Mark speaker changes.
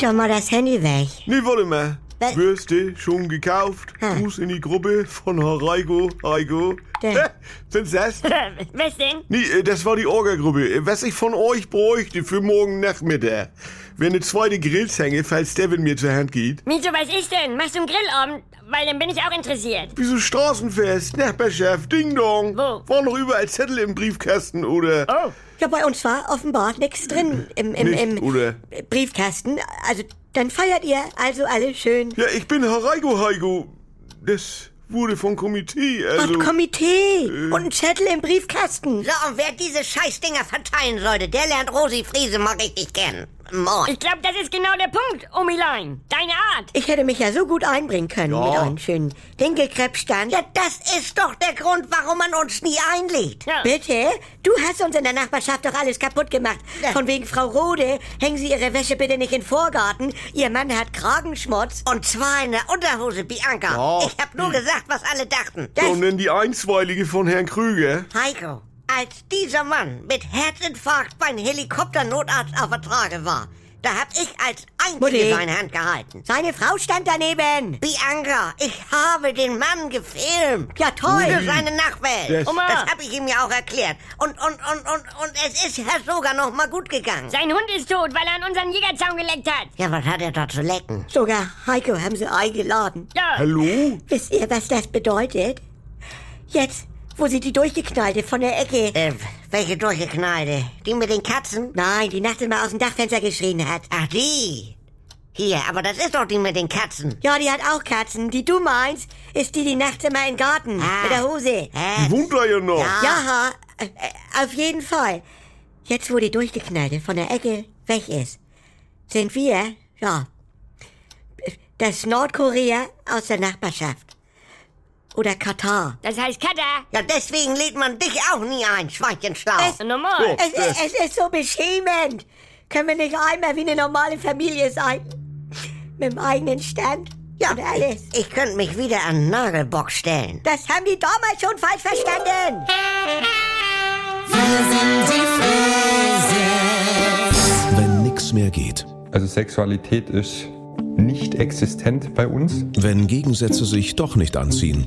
Speaker 1: doch mal das Handy weg.
Speaker 2: Nee, warte mal.
Speaker 1: Was?
Speaker 2: Würste schon gekauft.
Speaker 1: Hm.
Speaker 2: Gruß in die Gruppe von Reigo. Reigo.
Speaker 1: Der-
Speaker 2: Sind's das?
Speaker 1: Was denn?
Speaker 2: Nee, äh, das war die Orga-Gruppe. Äh, Was ich von euch bräuchte für morgen Nachmittag, wäre eine zweite Grillzange, falls Devin mir zur Hand geht.
Speaker 3: Wieso, was ist denn? Machst du einen Grillabend? Weil dann bin ich auch interessiert.
Speaker 2: Wieso Straßenfest, Nachbarschaft, Ding Dong.
Speaker 3: Wo?
Speaker 2: Waren noch überall Zettel im Briefkasten oder...
Speaker 3: Oh.
Speaker 1: Ja, bei uns war offenbar nichts drin im, im,
Speaker 2: Nicht,
Speaker 1: im
Speaker 2: oder?
Speaker 1: Briefkasten. Also, dann feiert ihr also alle schön.
Speaker 2: Ja, ich bin Herr Reigo Heigo. Das wurde vom Komitee, also...
Speaker 1: und Komitee und ein Zettel im Briefkasten.
Speaker 4: So, und wer diese Scheißdinger verteilen sollte, der lernt Rosi Friese mal richtig kennen. Moin.
Speaker 3: Ich glaube, das ist genau der Punkt, Omilein. Deine Art.
Speaker 1: Ich hätte mich ja so gut einbringen können
Speaker 2: Ja.
Speaker 1: mit euren schönen Dinkelkreppstand.
Speaker 4: Ja, das ist doch der Grund, warum man uns nie einlädt.
Speaker 3: Ja.
Speaker 1: Bitte? Du hast uns in der Nachbarschaft doch alles kaputt gemacht.
Speaker 4: Ja.
Speaker 1: Von wegen Frau Rode, hängen Sie Ihre Wäsche bitte nicht in den Vorgarten. Ihr Mann hat Kragenschmutz.
Speaker 4: Und zwar in der Unterhose, Bianca.
Speaker 2: Ja. Hm.
Speaker 4: Ich hab nur gesagt, was alle dachten.
Speaker 2: Ja, Und dann die einstweilige von Herrn Krüger.
Speaker 4: Heiko, als dieser Mann mit Herzinfarkt beim Helikopternotarzt auf der Trage war, da hab ich als
Speaker 1: Mutti.
Speaker 4: Einzige seine Hand gehalten.
Speaker 1: Seine Frau stand daneben.
Speaker 4: Bianca, ich habe den Mann gefilmt.
Speaker 1: Ja, toll.
Speaker 4: Für seine Nachwelt.
Speaker 2: Das-
Speaker 3: Oma.
Speaker 4: Das habe ich ihm ja auch erklärt. Und, und, und, und, und es ist ja sogar noch mal gut gegangen.
Speaker 3: Sein Hund ist tot, weil er an unseren Jägerzaun geleckt hat.
Speaker 4: Ja, was hat er da zu lecken?
Speaker 1: Sogar Heiko haben sie eingeladen.
Speaker 3: Ja.
Speaker 2: Hallo?
Speaker 1: Wisst ihr, was das bedeutet? Jetzt, wo sie die durchgeknallte von der Ecke.
Speaker 4: Äh, welche durchgeknallte? Die mit den Katzen?
Speaker 1: Nein, die nachts immer aus dem Dachfenster geschrien hat.
Speaker 4: Ach, die. Hier, aber das ist doch die mit den Katzen.
Speaker 1: Ja, die hat auch Katzen. Die du meinst, ist die, die nachts immer im Garten
Speaker 4: Ah.
Speaker 1: mit der Hose.
Speaker 2: Die
Speaker 4: Hä?
Speaker 2: wohnt da ja noch.
Speaker 4: Ja.
Speaker 1: Ja, äh, äh, auf jeden Fall. Jetzt, wo die durchgeknallte von der Ecke weg ist, sind wir, ja, das Nordkorea aus der Nachbarschaft. Oder Katar.
Speaker 3: Das heißt Katar.
Speaker 4: Ja, deswegen lädt man dich auch nie ein, Schweinchenschlau.
Speaker 3: Normal.
Speaker 1: Es, es, es ist so beschämend. Können wir nicht einmal wie eine normale Familie sein? Mit dem eigenen Stand ja. und alles.
Speaker 4: Ich könnte mich wieder an den Nagelbock stellen.
Speaker 1: Das haben die damals schon falsch verstanden.
Speaker 5: Wenn nix mehr geht.
Speaker 6: Also Sexualität ist nicht existent bei uns.
Speaker 5: Wenn Gegensätze sich doch nicht anziehen.